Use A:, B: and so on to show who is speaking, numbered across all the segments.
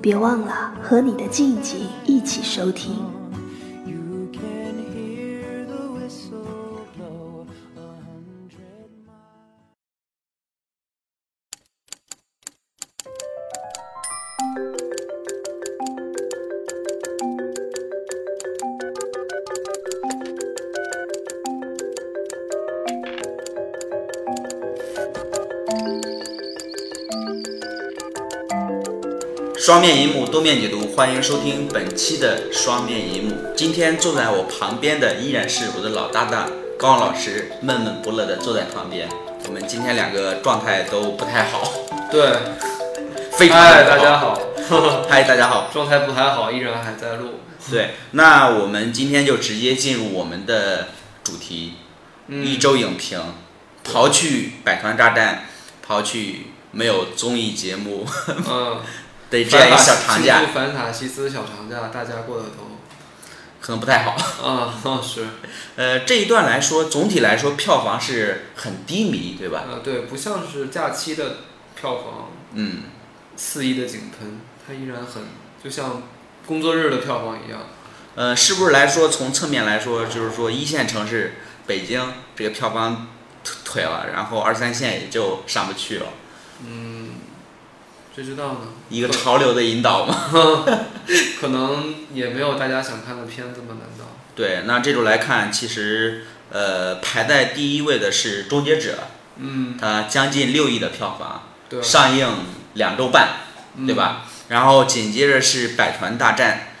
A: 别忘了和你的静静一起收听。
B: 双面银幕，多面解读，欢迎收听本期的双面银幕。今天坐在我旁边的依然是我的老搭档高老师，闷闷不乐的坐在旁边。我们今天两个状态都不太好，
C: 对，
B: 非常
C: 嗨，
B: 的
C: 大家
B: 好，
C: 好，
B: 嗨，大家好。
C: 状态不太好，依然还在 录。
B: 对，那我们今天就直接进入我们的主题，一周影评，刨去百团大战，刨去没有综艺节目
C: 嗯，
B: 的这样一个小长
C: 庆
B: 假，
C: 祝反法西斯小长假，大家过得都
B: 可能不太好。
C: 啊、 是，
B: 呃，这一段来说，总体来说票房是很低迷，对吧？
C: 呃，对，不像是假期的票房
B: 嗯，
C: 肆意的井喷，它依然很就像工作日的票房一样。
B: 呃，是不是来说从侧面来说，就是说一线城市北京这个票房腿腿了，然后二三线也就上不去了，
C: 嗯，谁知道呢？
B: 一个潮流的引导嘛。
C: 可能也没有大家想看的片子嘛？难道？
B: 对，那这种来看，其实呃排在第一位的是《终结者
C: 嗯，》，
B: 它将近六亿的票房，
C: 对，啊
B: 上映两周半。
C: 嗯
B: 对？吧？然后紧接着是百团大战，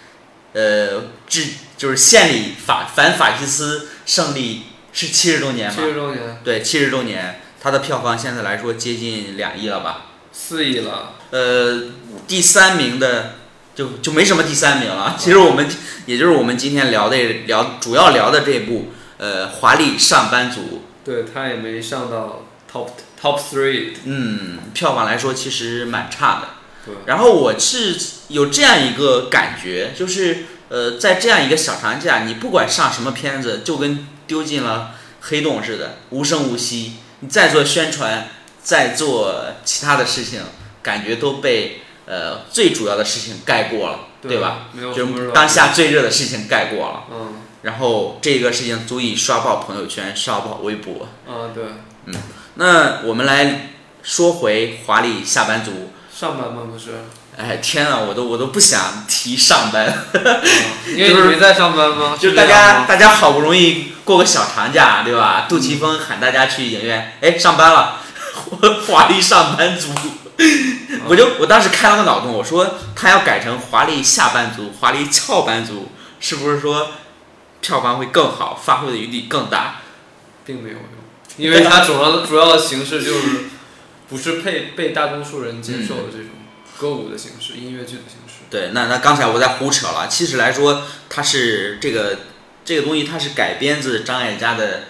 B: 呃，至就是献礼法反法西斯胜利是七十周年
C: 七十
B: 嘛？
C: 周年
B: 对，七十周年，它的票房现在来说接近两亿了吧？
C: 四亿了，
B: 呃，第三名的就就没什么第三名了。 其实我们也就是我们今天聊的聊主要聊的这部呃《华丽上班族》，
C: 对他也没上到 top top three，
B: 嗯，票房来说其实蛮差的。
C: 对。
B: 然后我是有这样一个感觉，就是呃，在这样一个小长假，你不管上什么片子，就跟丢进了黑洞似的，无声无息。你再做宣传，再做其他的事情，感觉都被呃最主要的事情盖过了，对吧？？
C: 没有什
B: 就
C: 么
B: 是
C: 热
B: 当下最热的事情盖过了，
C: 嗯
B: 然后这个事情足以刷爆朋友圈，刷爆微博。
C: 啊，对，
B: 那我们来说回华丽下班族，
C: 上班嘛不 是，
B: 哎，天啊，我都我都不想提上班，
C: 因为你没在上班吗？
B: 就是大
C: 这样
B: 家
C: 吗
B: 大家好不容易过个小长假，对吧？杜琪峰喊大家去影院，哎，上班了， 华丽上班族，我就我当时开了个脑洞，我说他要改成华丽下班族、华丽翘班族，是不是说票房会更好，发挥的余地更大？
C: 并没有用，因为它主要主要的形式就是不是配被大多数人接受的这种歌舞的形式、音乐剧的形式。
B: 对，那那刚才我在胡扯了，其实来说，它是这个这个东西，它是改编自张艾嘉的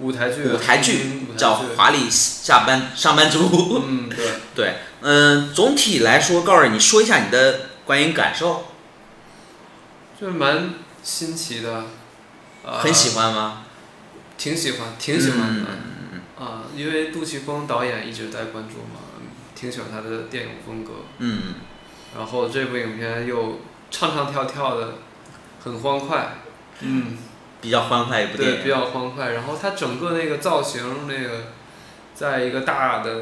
C: 舞台剧，
B: 舞台剧
C: 嗯舞台
B: 叫
C: 剧
B: 《华丽下班上班族》。
C: 嗯，对，
B: 对，嗯、总体来说，告诉你说一下你的观影感受，
C: 就是蛮新奇的，呃、
B: 很喜欢吗？
C: 挺喜欢，挺喜欢的。
B: 嗯
C: 啊、因为杜琪峰导演一直在关注嘛，挺喜欢他的电影风格。
B: 嗯，
C: 然后这部影片又唱唱跳跳的，很欢快，嗯，
B: 比较欢快一部
C: 对，
B: 电
C: 比
B: 影。
C: 较欢快。然后它整个那个造型，那个在一个大的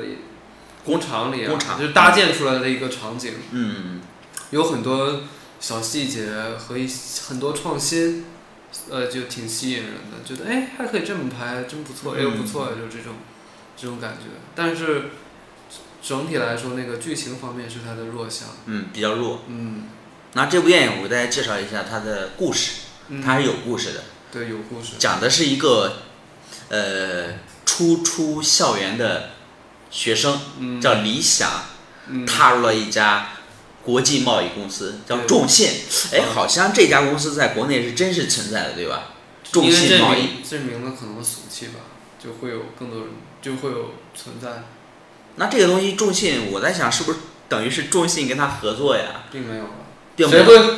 C: 工厂里、啊，
B: 工厂
C: 就是搭建出来的一个场景，
B: 嗯，
C: 有很多小细节和一很多创新，呃，就挺吸引人的，觉得哎还可以这么拍，真不错，哎呦
B: 嗯
C: 不错，就这种这种感觉。但是整体来说，那个剧情方面是它的弱项，
B: 嗯，比较弱。
C: 嗯，
B: 那这部电影我再介绍一下它的故事，
C: 嗯
B: 它是有故事的，
C: 对有故事。
B: 讲的是一个呃初出校园的学生
C: 嗯，
B: 叫李想，
C: 嗯
B: 踏入了一家国际贸易公司，叫
C: 对
B: 众信。哎，
C: 嗯
B: 好像这家公司在国内是真是存在的，对吧？
C: 因
B: 众
C: 为这
B: 信贸易，
C: 名这名字可能俗气吧，就会有更多人就会有存在，
B: 那这个东西众信，我在想是不是等于是众信跟他合作呀？
C: 并没有吧。
B: 并没
C: 谁
B: 有
C: 会？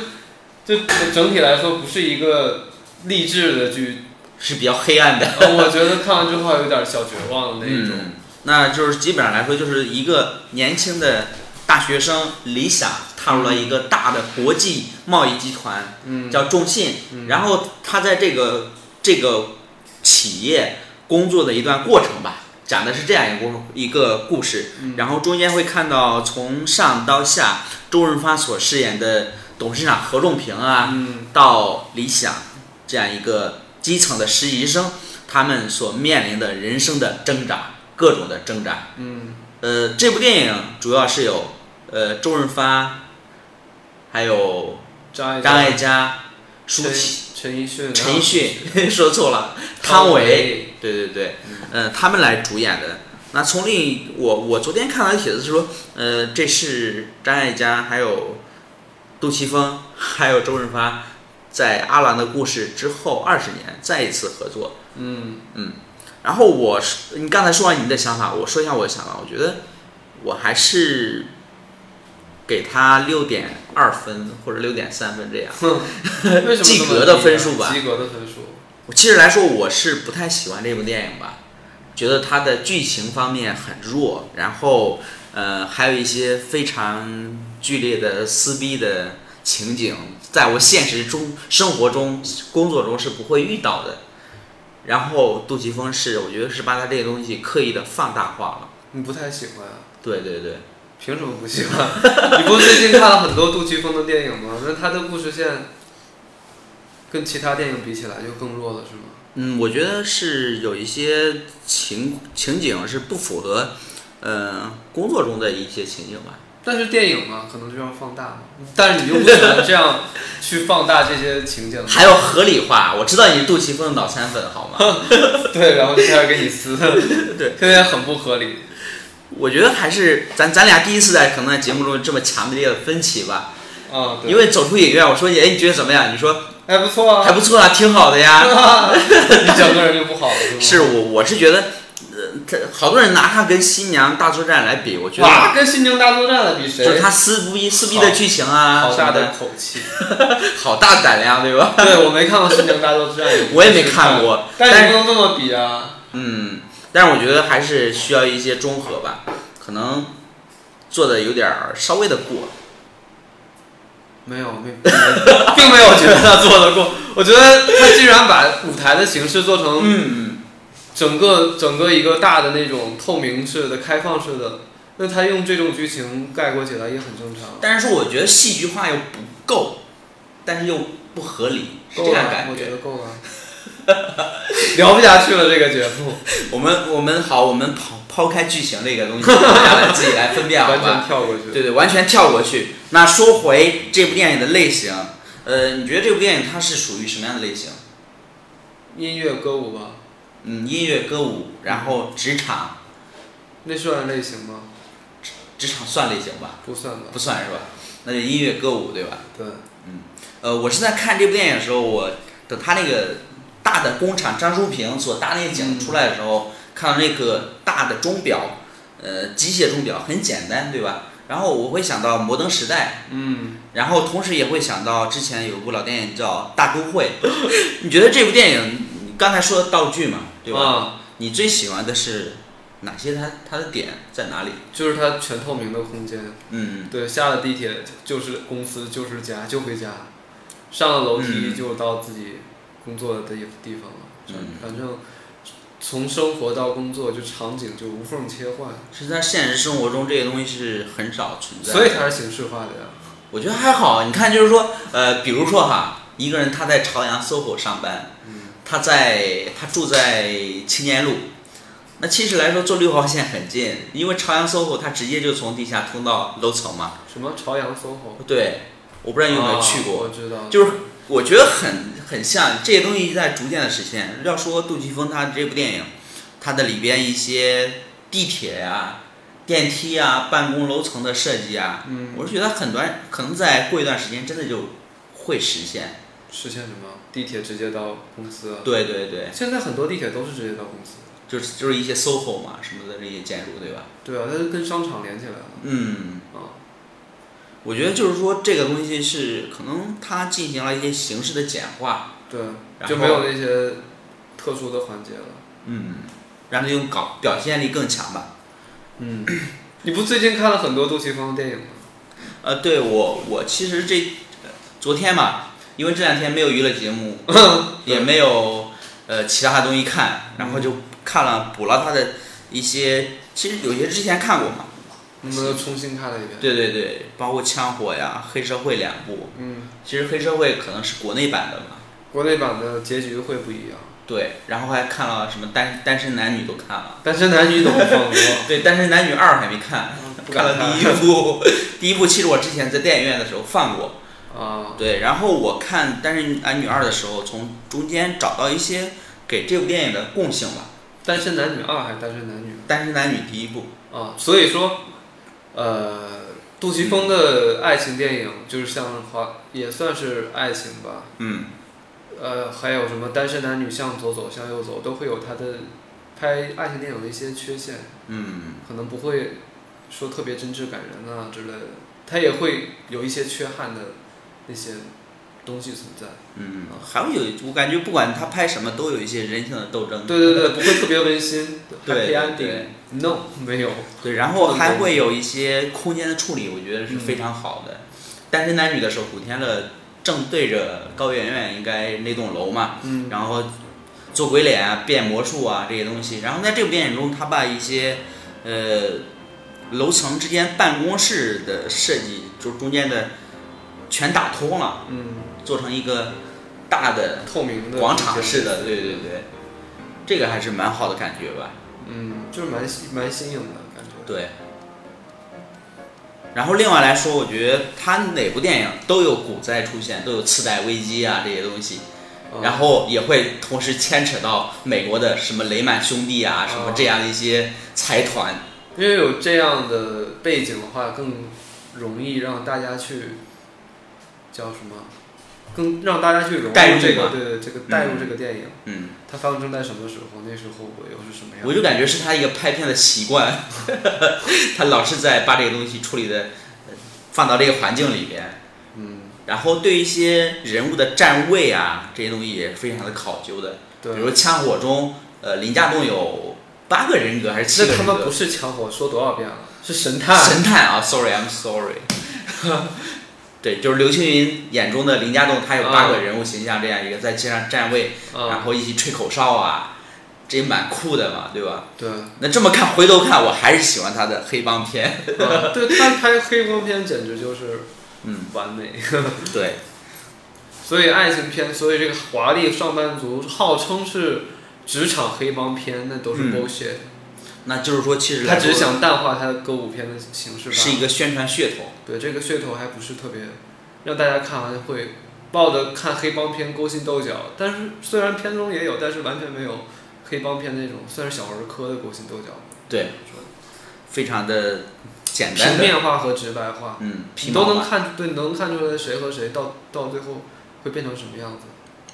C: 就整体来说不是一个励志的剧，
B: 是比较黑暗的。
C: 呃我觉得看完之后有点小绝望的那一种。
B: 嗯，那就是基本上来说，就是一个年轻的大学生理想踏入了一个大的国际贸易集团，
C: 嗯，
B: 叫众信。
C: 嗯
B: 然后他在这个这个企业工作的一段过程吧，讲的是这样一个故一个故事。
C: 嗯
B: 然后中间会看到从上到下，周润发所饰演的董事长何仲平啊，
C: 嗯
B: 到理想这样一个基层的实习生，他们所面临的人生的挣扎，各种的挣扎。
C: 嗯
B: 呃，这部电影主要是有呃周润发，还有
C: 张
B: 张艾
C: 艾
B: 嘉、舒
C: 陈
B: 淇、
C: 陈奕迅、
B: 陈奕迅， 说错了，汤唯，
C: 唯，
B: 对对对
C: 嗯，
B: 呃，他们来主演的。那从另一我我昨天看到的帖子是说，呃，这是张艾嘉还有杜琪峰 还有周润发在《阿郎的故事》之后二十年再一次合作。
C: 嗯
B: 然后我是你刚才说完你的想法，我说一下我的想法。我觉得我还是给他六点二分或者六点三分这样。
C: 为什么
B: 及
C: 这么
B: 格的
C: 低啊
B: 分数吧
C: 及格的分数，
B: 我其实来说，我是不太喜欢这部电影吧，觉得它的剧情方面很弱，然后呃，还有一些非常剧烈的撕逼的情景，在我现实中、生活中、工作中是不会遇到的。然后杜琪峰是，我觉得是把他这个东西刻意的放大化了。
C: 你不太喜欢啊？
B: 对对对，
C: 凭什么不喜欢？ 你不是最近看了很多杜琪峰的电影吗？那他的故事线跟其他电影比起来就更弱了，是吗？
B: 嗯，我觉得是有一些情情景是不符合，呃，工作中的一些情景吧。
C: 但是电影嘛，可能就要放大嘛。但是你又不喜欢这样去放大这些情景，
B: 还要合理化。我知道你是杜琪峰的脑残粉，好吗？
C: 对，然后就开始给你撕，
B: 对，
C: 现在很不合理。
B: 我觉得还是咱咱俩第一次在可能在节目中这么强烈的分歧吧。
C: 啊、对，
B: 因为走出影院，我说你哎你觉得怎么样？你 说
C: 还不错
B: 还
C: 啊，
B: 不错啊，挺好的呀。
C: 你整个人就不好了，是吗？
B: 是我我是觉得，呃，他好多人拿它跟《新娘大作战》来比，我觉得
C: 哇，跟《新娘大作战》的比谁？
B: 就是它撕逼撕逼的剧情啊
C: 好
B: 啥
C: 大的
B: 的，
C: 口气。
B: 好大胆呀，对吧？，
C: 对，我没看过《新娘大作战》
B: 我也没看过，
C: 但你不能这么比啊。
B: 嗯，但是我觉得还是需要一些中和吧，可能做的有点儿稍微的 过。
C: 没有，没， 并没有觉得他做得过。我觉得他竟然把舞台的形式做成
B: 嗯。
C: 整个整个一个大的那种透明式的、开放式的，那他用这种剧情概括起来也很正常。
B: 但是我觉得戏剧化又不够，但是又不合理，是这
C: 够
B: 样
C: 了，
B: 感
C: 我觉
B: 觉。
C: 得够了。 聊不下去了，这个节目
B: 我们我们好，我们抛抛开剧情这个东西， 大家来自己来分辨 好
C: 完全
B: 吧？
C: 跳过去。
B: 对对，完全跳过去。那说回这部电影的类型，呃，你觉得这部电影它是属于什么样的类型？
C: 音乐歌舞吧，
B: 嗯，音乐、歌舞，然后职场，
C: 那算类型吗？
B: 职场算类型吧？
C: 不算吧。
B: 不算是吧？那就音乐、歌舞，对吧？
C: 对，
B: 呃，我是在看这部电影的时候，我等他那个大的工厂张淑平所搭那个景出来的时
C: 嗯
B: 候，看到那个大的钟表，呃，机械钟表很简单，对吧？然后我会想到《摩登时代》，
C: 嗯，
B: 然后同时也会想到之前有部老电影叫《大都会》。 你觉得这部电影，你刚才说的道具嘛，对吧？
C: 啊，
B: 你最喜欢的是哪些它？它的点在哪里？
C: 就是它全透明的空间。
B: 嗯，
C: 对，下了地铁就是公司，就是家，就回家；上了楼梯
B: 嗯
C: 就到自己工作的地地方了。
B: 嗯
C: 反正从生活到工作，就场景就无缝切换，
B: 是在现实生活中这些东西是很少存在的。
C: 所以它是形式化的呀。
B: 我觉得还好，你看，就是说，呃，比如说哈，一个人他在朝阳 SOHO 上班，
C: 嗯，
B: 他在他住在青年路，那其实来说坐六号线很近，因为朝阳 SOHO 它直接就从地下通到楼层嘛。
C: 什么朝阳 SOHO？
B: 对，我不知道你有没有去
C: 啊
B: 过，
C: 我知道。
B: 就是我觉得很很像这些东西在逐渐的实现。要说杜琪峰他这部电影，他的里边一些地铁呀、电梯啊、办公楼层的设计啊，
C: 嗯，
B: 我是觉得很短，可能再过一段时间真的就会实现。
C: 实现什么？地铁直接到公司啊？
B: 对对对，
C: 现在很多地铁都是直接到公司。
B: 就是就是一些 SOHO 嘛什么的这些建筑，对吧？
C: 对啊，它是跟商场连起来了。
B: 嗯，
C: 啊，
B: 我觉得就是说这个东西是可能它进行了一些形式的简化，
C: 对，
B: 然
C: 就
B: 后
C: 没有那些特殊的环节了。
B: 嗯，让它用搞表现力更强吧。
C: 嗯，你不最近看了很多杜琪峰的电影吗？
B: 呃，对我我其实这呃昨天嘛，因为这两天没有娱乐节目， 也没有呃其他东西看，然后就看了补了他的一些，其实有些之前看过嘛，
C: 我们又重新看了一遍。
B: 对对对，包括《枪火》呀、《黑社会》两部，
C: 嗯，
B: 其实《黑社会》可能是国内版的嘛，
C: 国内版的结局会不一样，
B: 对，然后还看了什么单单身男女都看了。
C: 但是男女都不放 过。
B: 对，《单身男女二》还没看，
C: 不
B: 看
C: 敢
B: 了第一部， 第一部其实我之前在电影院的时候放过，
C: 啊，
B: 对，然后我看《单身男女二》的时候，从中间找到一些给这部电影的共性吧。
C: 单身男女啊二还是单身男女
B: 《单身男女》第一部，
C: 啊？所以说，呃，杜琪峰的爱情电影就是像华也算是爱情吧，
B: 嗯，
C: 呃，还有什么单身男女向左走向右走都会有他的拍爱情电影的一些缺陷，
B: 嗯，
C: 可能不会说特别真挚感人啊之类的，他也会有一些缺憾的那些东西存在。
B: 嗯，还有有，我感觉不管他拍什么，都有一些人性的斗争。
C: 对对对，不会特别温馨
B: 对
C: ，happy
B: 对
C: ending，no 没有。
B: 对，然后还会有一些空间的处理，我觉得是非常好的。单身男女》的时候，古天乐正对着高圆圆，应该那栋楼嘛，
C: 嗯
B: 然后做鬼脸啊、变魔术啊这些东西。然后在这部电影中，他把一些呃楼层之间办公室的设计，就是中间的全打通了，
C: 嗯，
B: 做成一个大的
C: 透明的
B: 嗯广场式的，对对对，这个还是蛮好的感觉吧。
C: 嗯，就是蛮新蛮新颖的感觉。
B: 对。然后另外来说，我觉得他哪部电影都有股灾出现，都有次贷危机啊这些东西，
C: 嗯
B: 然后也会同时牵扯到美国的什么雷曼兄弟啊，什么
C: 嗯
B: 这样的一些财团。
C: 因为有这样的背景的话，更容易让大家去叫什么，更让大家去融入
B: 代入
C: 这个
B: 嘛
C: 对对这个带入这个电影，
B: 嗯，
C: 它发生在什么时候，那时候我又是什么样
B: 我就感觉是他一个拍片的习惯， 他老是在把这个东西处理的放到这个环境里边，
C: 嗯，
B: 然后对一些人物的站位啊这些东西也是非常的考究的。
C: 对
B: 比。如枪火中，呃，林家栋有八个人格还是七个
C: 那
B: 人
C: 他
B: 格？
C: 妈不是枪火，说多少遍了？是神探。
B: 神探啊，sorry，I'm sorry。对，就是刘青云眼中的林家栋，他有八个人物形象这样一个在街上站位，然
C: 啊，
B: 后一起吹口哨啊，这也蛮酷的嘛，对吧？
C: 对，啊
B: 那这么看，回头看，我还是喜欢他的黑帮片。
C: 啊对他拍黑帮片简直就是
B: 嗯，
C: 完美。
B: 对，
C: 所以爱情片，所以这个华丽上班族号称是职场黑帮片，那都是
B: 嗯
C: bullshit。
B: 那就是说，其实
C: 他
B: 来
C: 只
B: 说
C: 是想淡化他的歌舞片的形式吧。
B: 是一个宣传噱头。
C: 对这个噱头还不是特别让大家看完会抱着看黑帮片勾心斗角，但是虽然片中也有，但是完全没有黑帮片那种算是小儿科的勾心斗角，
B: 对，非常的简单
C: 平
B: 的，
C: 面化和直白化，
B: 嗯，
C: 你
B: 平
C: 都
B: 毛
C: 能
B: 吧
C: 看对，你能看出来谁和谁到到最后会变成什么样子。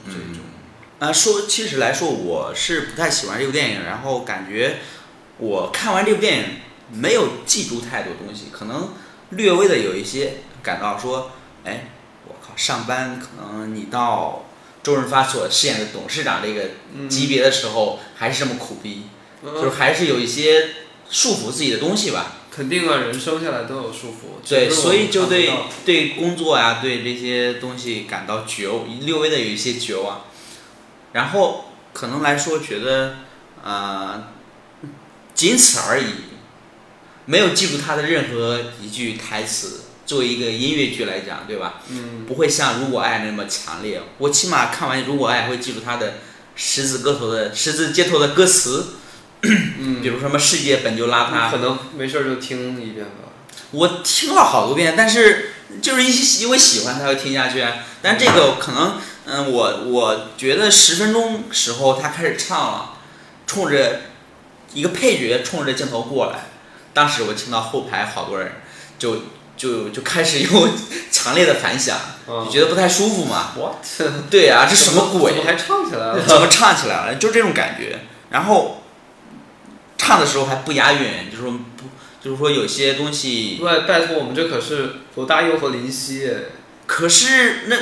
C: 这一种，
B: 啊，说其实来说，我是不太喜欢这部电影，然后感觉我看完这部电影没有记住太多东西，可能略微的有一些感到说，哎，我靠，上班可能你到周润发所饰演的董事长这个
C: 嗯，
B: 级别的时候，还是这么苦逼，
C: 嗯
B: 就是还是有一些束缚自己的东西吧。
C: 肯定啊，人生下来都有束缚，只
B: 对，
C: 是我们
B: 所以就
C: 看不
B: 对
C: 到
B: 对工作啊，对这些东西感到绝望，略微的有一些绝望。然后可能来说，觉得呃，仅此而已，没有记住他的任何一句台词。作为一个音乐剧来讲，对吧？
C: 嗯
B: 不会像《如果爱》那么强烈。我起码看完《如果爱》会记住他的十字歌头的十字街头的歌词，
C: 嗯
B: 比，如什么“世界本就邋遢”，
C: 可能没事儿就听一遍吧。
B: 我听了好多遍，但是就是因因为喜欢才会听下去啊。但这个可能，嗯，我我觉得十分钟时候他开始唱了，冲着一个配角冲着镜头过来，当时我听到后排好多人就就就开始有强烈的反响，
C: 嗯
B: 就觉得不太舒服嘛。
C: what
B: 对啊，这什么鬼
C: 怎么？还唱 起来了？
B: 怎么唱起来了？就这种感觉。然后唱的时候还不押韵，就是说不，就是说有些东西。
C: 喂，拜托，我们这可是罗大佑和林夕哎，
B: 可是那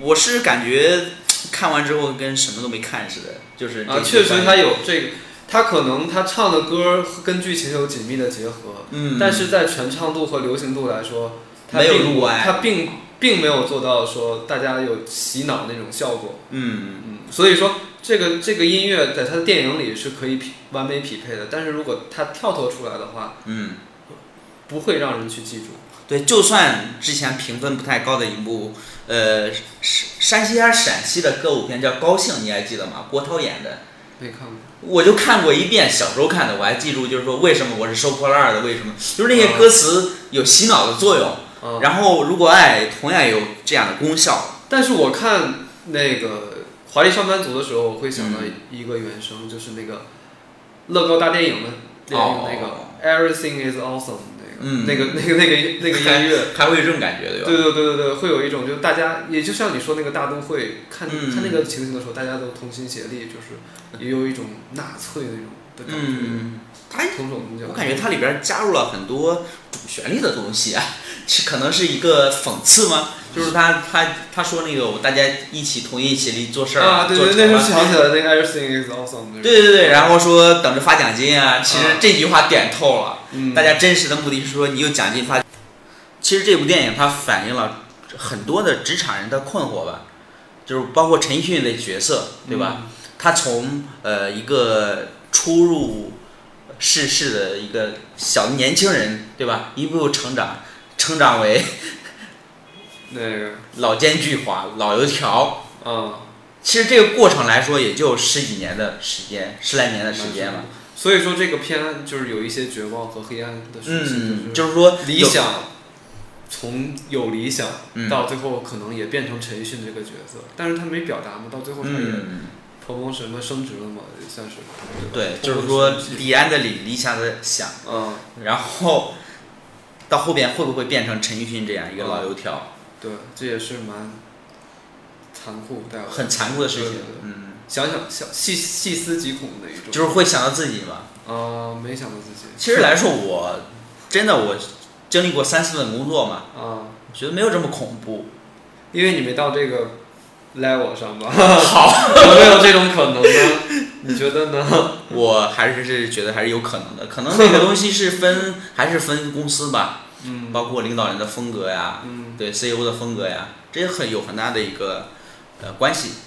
B: 我是感觉看完之后跟什么都没看似的，就是
C: 啊，
B: 这
C: 确
B: 些
C: 实他有这个，他可能他唱的歌跟剧情有紧密的结合，
B: 嗯，
C: 但是在传唱度和流行度来说，他
B: 没有
C: 并
B: 入歪
C: 他并并没有做到说大家有洗脑那种效果。
B: 嗯
C: 嗯，所以说这个这个音乐在他的电影里是可以匹完美匹配的，但是如果他跳脱出来的话，
B: 嗯。
C: 不会让人去记住。
B: 对，就算之前评分不太高的一部，呃，山山西还是陕西的歌舞片叫《高兴》，你还记得吗？郭涛演的，
C: 没看过，
B: 我就看过一遍，小时候看的，我还记住，就是说为什么我是收破烂儿的，为什么，就是那些歌词有洗脑的作用。
C: 啊、
B: 然后，如果爱同样有这样的功效，
C: 但是我看那个《华丽上班族》的时候，我会想到
B: 嗯
C: 一个原声，就是那个乐高大电影的电影
B: 哦
C: 那个、Everything is Awesome 那个、
B: 嗯
C: 那个那个那个那个音乐。
B: 还会有这种感觉，对吧？
C: 对对对对对，会有一种就是大家，也就像你说那个大都会，看、
B: 嗯
C: 看那个情形的时候，大家都同心协力，就是也有一种纳粹那种的感觉，
B: 嗯，它
C: 同手同脚。
B: 我感觉它里边加入了很多主旋律的东西啊，是可能是一个讽刺吗？就是他他他说那个我大家一起同心协力做事儿
C: 啊，对
B: 做
C: 对，那时
B: 成
C: 候
B: 啊
C: 想起来那个 Everything is awesome 那种。
B: 对对对，然后说等着发奖金啊，其实
C: 啊
B: 这句话点透了，
C: 嗯，
B: 大家真实的目的是说你有奖金发。其实这部电影它反映了很多的职场人的困惑吧，就是包括陈奕迅的角色，对吧？他从呃一个初入世事的一个小年轻人，对吧？一步步成长，成长为
C: 那个，
B: 老奸巨猾、老油条。
C: 嗯，
B: 其实这个过程来说，也就十几年的时间，十来年的时间吧。
C: 所以说这个片就是有一些绝望和黑暗的属性，
B: 嗯，
C: 就
B: 就
C: 是
B: 是说
C: 理
B: 有，
C: 想，从有理想
B: 嗯
C: 到最后可能也变成陈奕迅这个角色，但是他没表达嘛，到最后他也
B: 嗯，
C: 蓬蓬什么升职了嘛，也算是。
B: 对，
C: 通
B: 就
C: 过
B: 是说
C: 实际
B: 李安的理，理想的想，
C: 嗯，
B: 然后到后边会不会变成陈奕迅这样一个老油条，
C: 对，这也是蛮残酷，但
B: 很残酷的事
C: 对
B: 情
C: 对对。
B: 嗯，
C: 想想想细细思极恐的一种。
B: 就是会想到自己嘛。
C: 啊、没想到自己。
B: 其实来说，我真的我经历过三四份工作嘛，
C: 啊、
B: 我觉得没有这么恐怖。
C: 因为你没到这个 level 上 吧？
B: 好，
C: 有没有这种可能呢？你觉得呢？
B: 我还是是觉得还是有可能的，可能这个东西是分 还是分公司吧，
C: 嗯
B: 包括领导人的风格呀，
C: 嗯，
B: 对 CEO 的风格呀，这也很有很大的一个呃关系。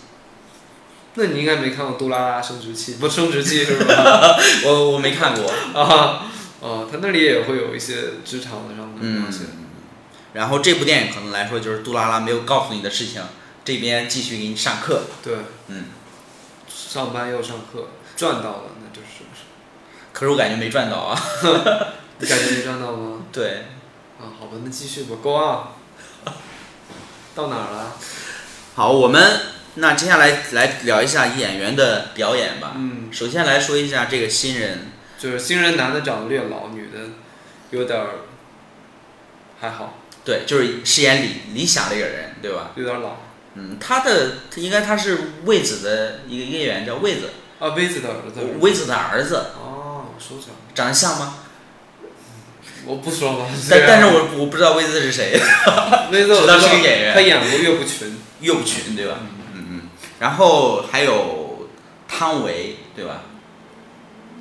C: 那你应该没看过《杜拉拉升职记》，不升职记是吧？
B: 我我没看过，
C: 啊啊，他那里也会有一些职场的上的
B: 嗯
C: 东西。。
B: 然后这部电影可能来说就是杜拉拉没有告诉你的事情，这边继续给你上课。
C: 对，
B: 嗯，
C: 上班又上课，赚到了，那就是。
B: 可是我感觉没赚到啊。
C: 你感觉没赚到吗？
B: 对，
C: 啊，好吧，那继续吧，Go on。到哪儿了？
B: 好，我们那接下来来聊一下演员的表演吧。
C: 嗯，
B: 首先来说一下这个新人，
C: 就是新人男的长得略老，女的有点儿还好，
B: 对，就是饰演李李想这个人，对吧？
C: 有点儿老。
B: 嗯，他的应该他是卫子的一个一个演员叫卫子，
C: 啊，薇子的儿子。
B: 卫子的儿子，
C: 哦，我收起来了，
B: 长得像吗？
C: 我不说了。
B: 但但是我我不知道卫子是谁，
C: 薇子我
B: 知道是个演员
C: 他演过岳不群。
B: 右群对吧？嗯嗯，然后还有汤唯对吧？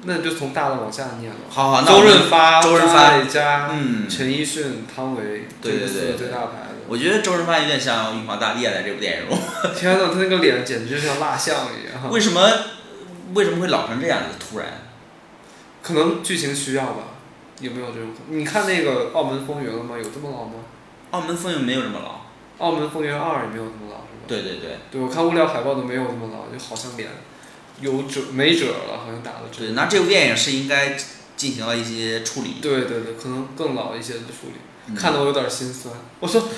C: 那就从大的往下念了。
B: 好好，那
C: 周
B: 我们
C: 润发、
B: 周润
C: 张
B: 发
C: 艾嘉、
B: 嗯
C: 陈奕迅、汤唯，
B: 对
C: 这个
B: 对
C: 四
B: 对
C: 个最
B: 对
C: 大牌的。
B: 我觉得周润发有点像玉皇大帝啊，在这部电影中，
C: 天呐，他那个脸简直像蜡像一样。
B: 为什么为什么会老成这样子？突然，
C: 可能剧情需要吧，有没有这种可能？你看那个《澳门风云》了吗？有这么老吗？
B: 澳哦门风云没有这么老。
C: 《澳门风云二》也没有这么老，是吧？
B: 对对对
C: 对，我看物料海报都没有这么老，就好像脸有褶没褶了，好像打了
B: 对，
C: 针。
B: 那这部电影是应该进行了一些处理。
C: 对对对，可能更老一些的处理，
B: 嗯
C: 看得我有点心酸。我说，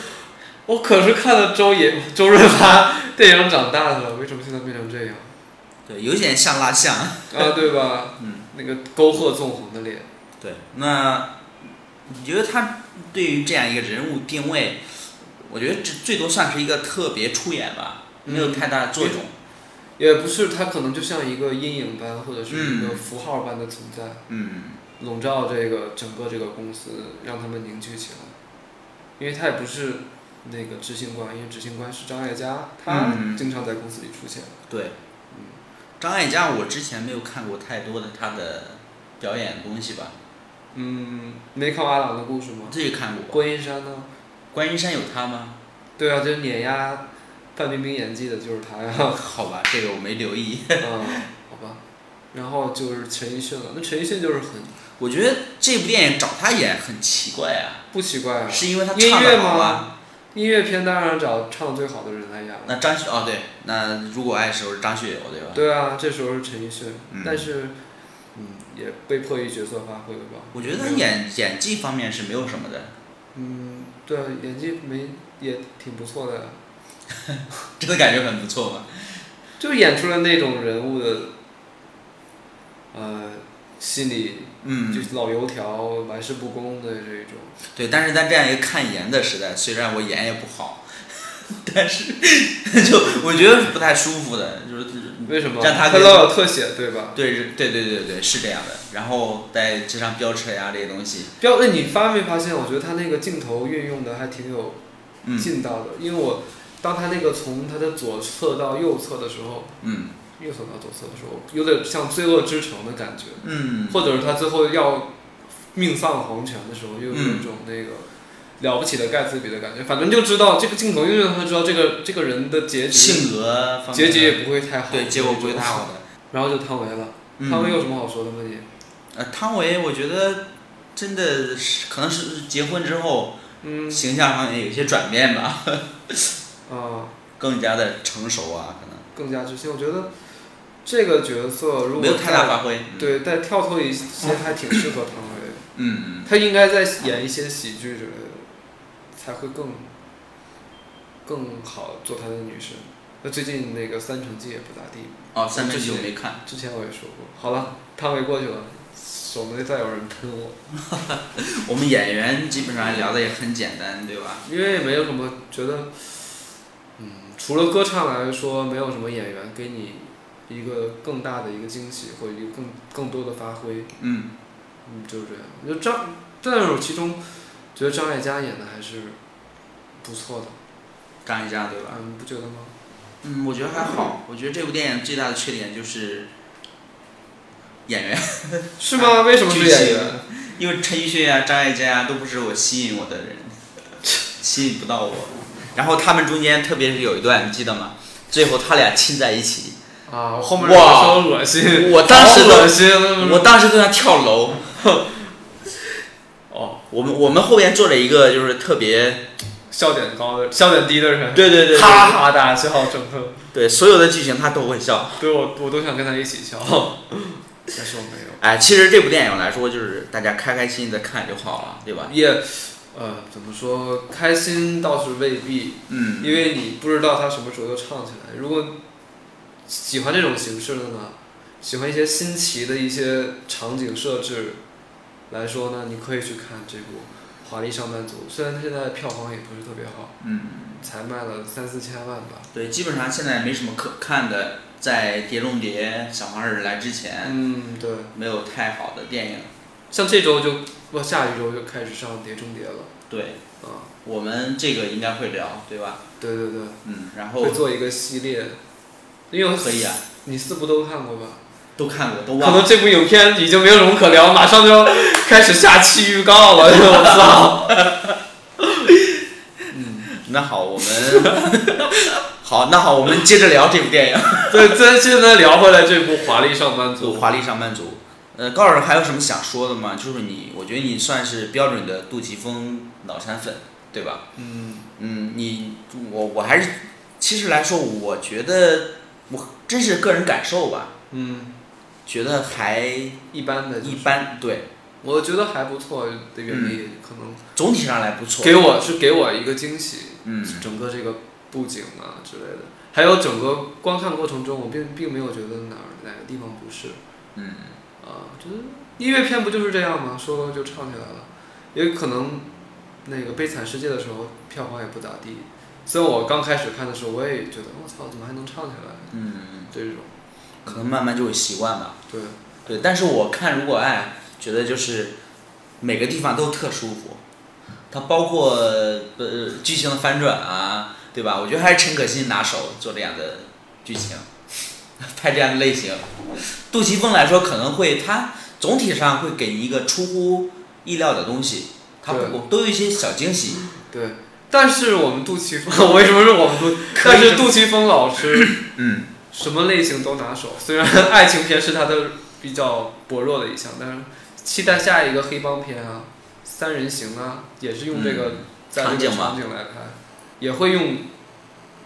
C: 我可是看了周也周润发电影长大的了，为什么现在变成这样？
B: 对，有点像蜡像。
C: 啊，对吧？
B: 嗯，
C: 那个沟壑纵横的脸，
B: 对，那你觉得他对于这样一个人物定位，我觉得只最多算是一个特别出演吧，没
C: 嗯
B: 有太大的作用。
C: 也不是，它可能就像一个阴影般，或者是一个
B: 嗯
C: 符号般的存在，
B: 嗯，
C: 笼罩这个整个这个公司，让他们凝聚起来。因为他也不是那个执行官，因为执行官是张艾嘉，他
B: 嗯
C: 经常在公司里出现。
B: 对。嗯张艾嘉，我之前没有看过太多的他的表演东西吧，
C: 嗯，没看过《阿郎的故事》吗
B: 我？自己看过。
C: 观音山呢？
B: 观音山有他吗？
C: 对啊，就是碾压范冰冰演技的就是他呀。
B: 好吧，这个我没留意。
C: 嗯，好吧。然后就是陈奕迅了，那陈奕迅就是很
B: 我觉得这部电影找他演很奇怪啊，
C: 不奇怪啊。
B: 是因为他
C: 音
B: 唱
C: 乐
B: 的好
C: 吗
B: 啊。？
C: 音乐片当然找唱的最好的人来演了。
B: 那张学哦对，那如果爱的时候是张学友对吧？
C: 对啊，这时候是陈奕迅，
B: 嗯
C: 但是，嗯，也被迫于角色发挥了吧？
B: 我觉得他演演技方面是没有什么的，
C: 嗯，对啊，演技没也挺不错的呀，
B: 这个感觉很不错嘛。
C: 就是演出了那种人物的，呃，心理就
B: 嗯，
C: 是老油条、玩世不恭的这一种。
B: 对，但是在这样一个看颜的时代，虽然我颜也不好， 但是就我觉得是不太舒服的，就是
C: 为什
B: 嗯
C: 么？
B: 让他
C: 他老有特写，对吧？
B: 对是对对对对是这样的，然后在街上飙车呀这些东西，
C: 标，哎那你发没发现？我觉得他那个镜头运用的还挺有
B: 嗯
C: 劲道的，因为我当他那个从他的左侧到右侧的时候，
B: 嗯
C: 右侧到左侧的时候，有点像《罪恶之城》的感觉。
B: 嗯，
C: 或者是他最后要命丧黄泉的时候，又有
B: 嗯
C: 一种那个了不起的盖茨比的感觉。反正就知道这个镜头，就让他知道这个这个人的结局，
B: 性格方面
C: 结局也不会太好，
B: 对结果不会太。好的。
C: 然后就汤唯了，
B: 嗯
C: 汤唯有什么好说的吗？你，
B: 呃，汤唯，我觉得真的是可能是结婚之后
C: 嗯
B: 形象上面有一些转变吧，
C: 啊，
B: 更加的成熟啊，可能
C: 更加知性。我觉得这个角色如果
B: 没有太大
C: 再
B: 发挥。嗯，
C: 对，再跳脱一些，还挺适合汤唯的。
B: 嗯，
C: 他应该再演一些喜剧之类的，才会更更好做他的女神。那最近那个《三城记》也不咋地。
B: 哦，三分
C: 这
B: 九
C: 些
B: 没看，
C: 之前我也说过，好了，汤唯过去了，省得再有人喷我，
B: 我们演员基本上聊的也很简单，对吧？
C: 因为也没有什么觉得，嗯，除了歌唱来说，没有什么演员给你一个更大的一个惊喜或者一个更更多的发挥，
B: 嗯，
C: 嗯，就是这样。就张，但是我其中觉得张艾嘉演的还是不错的，
B: 张艾嘉对吧？
C: 嗯，你不觉得吗？
B: 嗯，我觉得还好。我觉得这部电影最大的缺点就是演员，
C: 是吗？为什么是演员？
B: 因为陈奕迅啊、张艾嘉啊都不是我吸引我的人，吸引不到我。然后他们中间，特别是有一段，你记得吗？最后他俩亲在一起，
C: 啊，我后面
B: 哇
C: 说恶心，
B: 我当时
C: 好
B: 都
C: 恶心，啊
B: 我当时都想跳楼。
C: 哦，
B: 我们我们后边坐着一个就是特别
C: 笑点高的，笑点低的人，
B: 对对对对
C: 哈哈大笑整个。
B: 对所有的剧情他都会笑。
C: 对我我都想跟他一起 笑，但是我没有。
B: 哎，其实这部电影来说，就是大家开开心心的看就好了，对吧？
C: 也，呃，怎么说？开心倒是未必，
B: 嗯，
C: 因为你不知道他什么时候又唱起来。如果喜欢这种形式的呢，喜欢一些新奇的一些场景设置来说呢，你可以去看这部《华丽上班族》，虽然现在票房也不是特别好，
B: 嗯，
C: 才卖了三四千万吧。
B: 对，基本上现在没什么可看的，在《碟中谍》《小黄人》来之前，
C: 嗯，对，
B: 没有太好的电影。
C: 像这周就不下一周就开始上《碟中谍》了
B: 对
C: 啊，
B: 我们这个应该会聊，对吧？
C: 对对对。
B: 嗯，然后
C: 会做一个系列，因为我
B: 可以啊，
C: 你四部都看过吧？
B: 都看过，都
C: 可
B: 忘了
C: 能。这部影片已经没有什么可聊，马上就要开始下期预告了， 我操！
B: 那好，我们 好，那好，我们接着聊这部电影
C: 对，咱现在聊回来这部《华丽上班
B: 《就
C: 族》，
B: 华丽上班族》。呃，高老师还有什么想说的吗？就是你，我觉得你算是标准的杜琪峰脑残粉，对吧？
C: 嗯，
B: 嗯，你我我还是，其实来说，我觉得我真是个人感受吧，
C: 嗯，
B: 觉得还
C: 一般的、
B: 一，般，对，
C: 我觉得还不错的原因，可能
B: 总体上来不错。
C: 给我是给我一个惊喜，
B: 嗯
C: 整个这个布景啊之类的，还有整个观看过程中，我并并没有觉得哪儿哪个地方不适，
B: 嗯，
C: 啊，觉得音乐片不就是这样吗？说就唱起来了，也可能那个《悲惨世界》的时候票房也不咋地。虽然我刚开始看的时候，我也觉得我操，怎么还能唱起来
B: 嗯，
C: 这种？
B: 可能慢慢就会习惯吧。
C: 对，
B: 对，但是我看《如果爱》，觉得就是每个地方都特舒服，它包括呃剧情的反转啊，对吧？我觉得还是陈可辛拿手做这样的剧情， 拍这样的类型。杜琪峰来说可能会，他总体上会给你一个出乎意料的东西，他
C: 对
B: 不都有一些小惊喜。
C: 对，但是我们杜琪峰， 为什么是我们杜？
B: 可以
C: 但是杜琪峰老师
B: 嗯，
C: 什么类型都拿手， 虽然爱情片是他的比较薄弱的一项，但是期待下一个黑帮片啊，三人行啊，也是用这个
B: 嗯
C: 在
B: 场
C: 这
B: 景
C: 个
B: 嘛
C: 场景来拍，也会用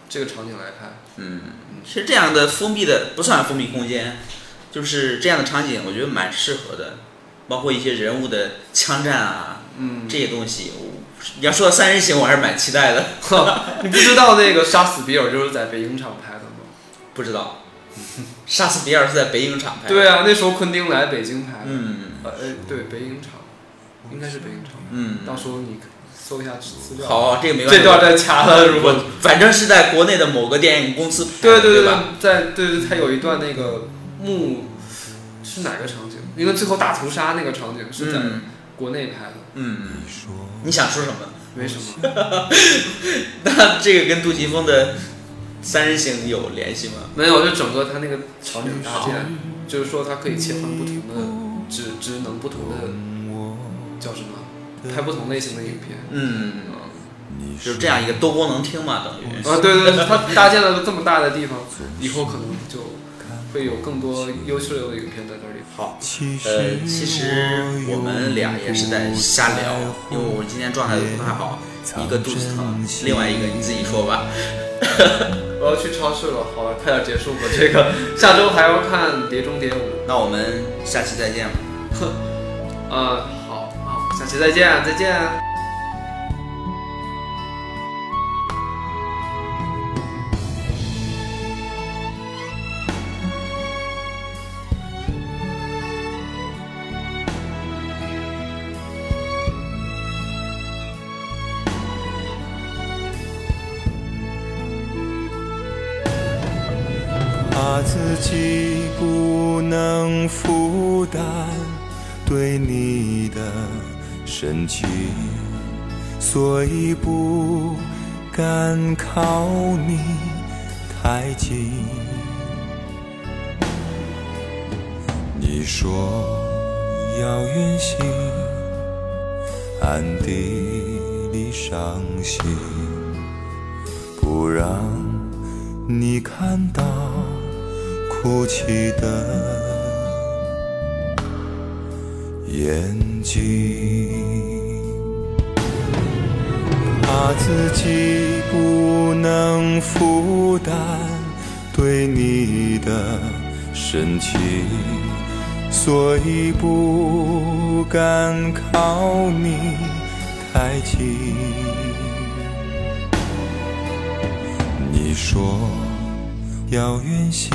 C: 这个场景来拍。
B: 嗯，是这样的封闭的不算封闭空间，就是这样的场景，我觉得蛮适合的，包括一些人物的枪战啊
C: 嗯，
B: 这些东西。我你要说到三人行，我还是蛮期待的。
C: 你不知道那个杀死比尔就是在北影厂拍的吗？
B: 不知道，杀死比尔是在北影厂拍的。
C: 对啊，那时候昆汀来北京拍的。
B: 嗯
C: 呃，哎对，北影厂，应该是北影厂。
B: 嗯，
C: 到时候你搜一下资料。
B: 好，这个没关系。
C: 这段再掐了，如果
B: 我反正是在国内的某个电影公司拍的，
C: 对对
B: 对
C: 对
B: 吧？，
C: 在对对，他有一段那个幕是哪个场景？因为最后大屠杀那个场景是在
B: 嗯
C: 国内拍的，
B: 嗯，你想说什么？
C: 没什
B: 嗯
C: 么。
B: 那这个跟杜琪峰的三人行有联系吗？
C: 没有，就整个他那个场景搭建，
B: 嗯
C: 就是说它可以切换不同的职职能，不同的叫什么，拍不同类型的影片。
B: 嗯，
C: 嗯
B: 就是这样一个多功能厅嘛，等于。
C: 啊，对对对，他搭建了这么大的地方，以后可能就会有更多优秀的影片在这里。
B: 好，呃，其实我们俩也是在瞎聊，因为我今天状态不太好，一个肚子疼，另外一个你自己说吧。
C: 我要去超市了，好了，快点结束吧。这个下周还要看《碟中谍五
B: 那我们下期再见吧。》。
C: 啊，好啊，下期再见，再见。啊
D: 怕自己不能负担对你的深情，所以不敢靠你太近。你说要远行，暗地里伤心，不让。你看到哭泣的眼睛，怕自己不能负担对你的深情，所以不敢靠你太近。你说要远行，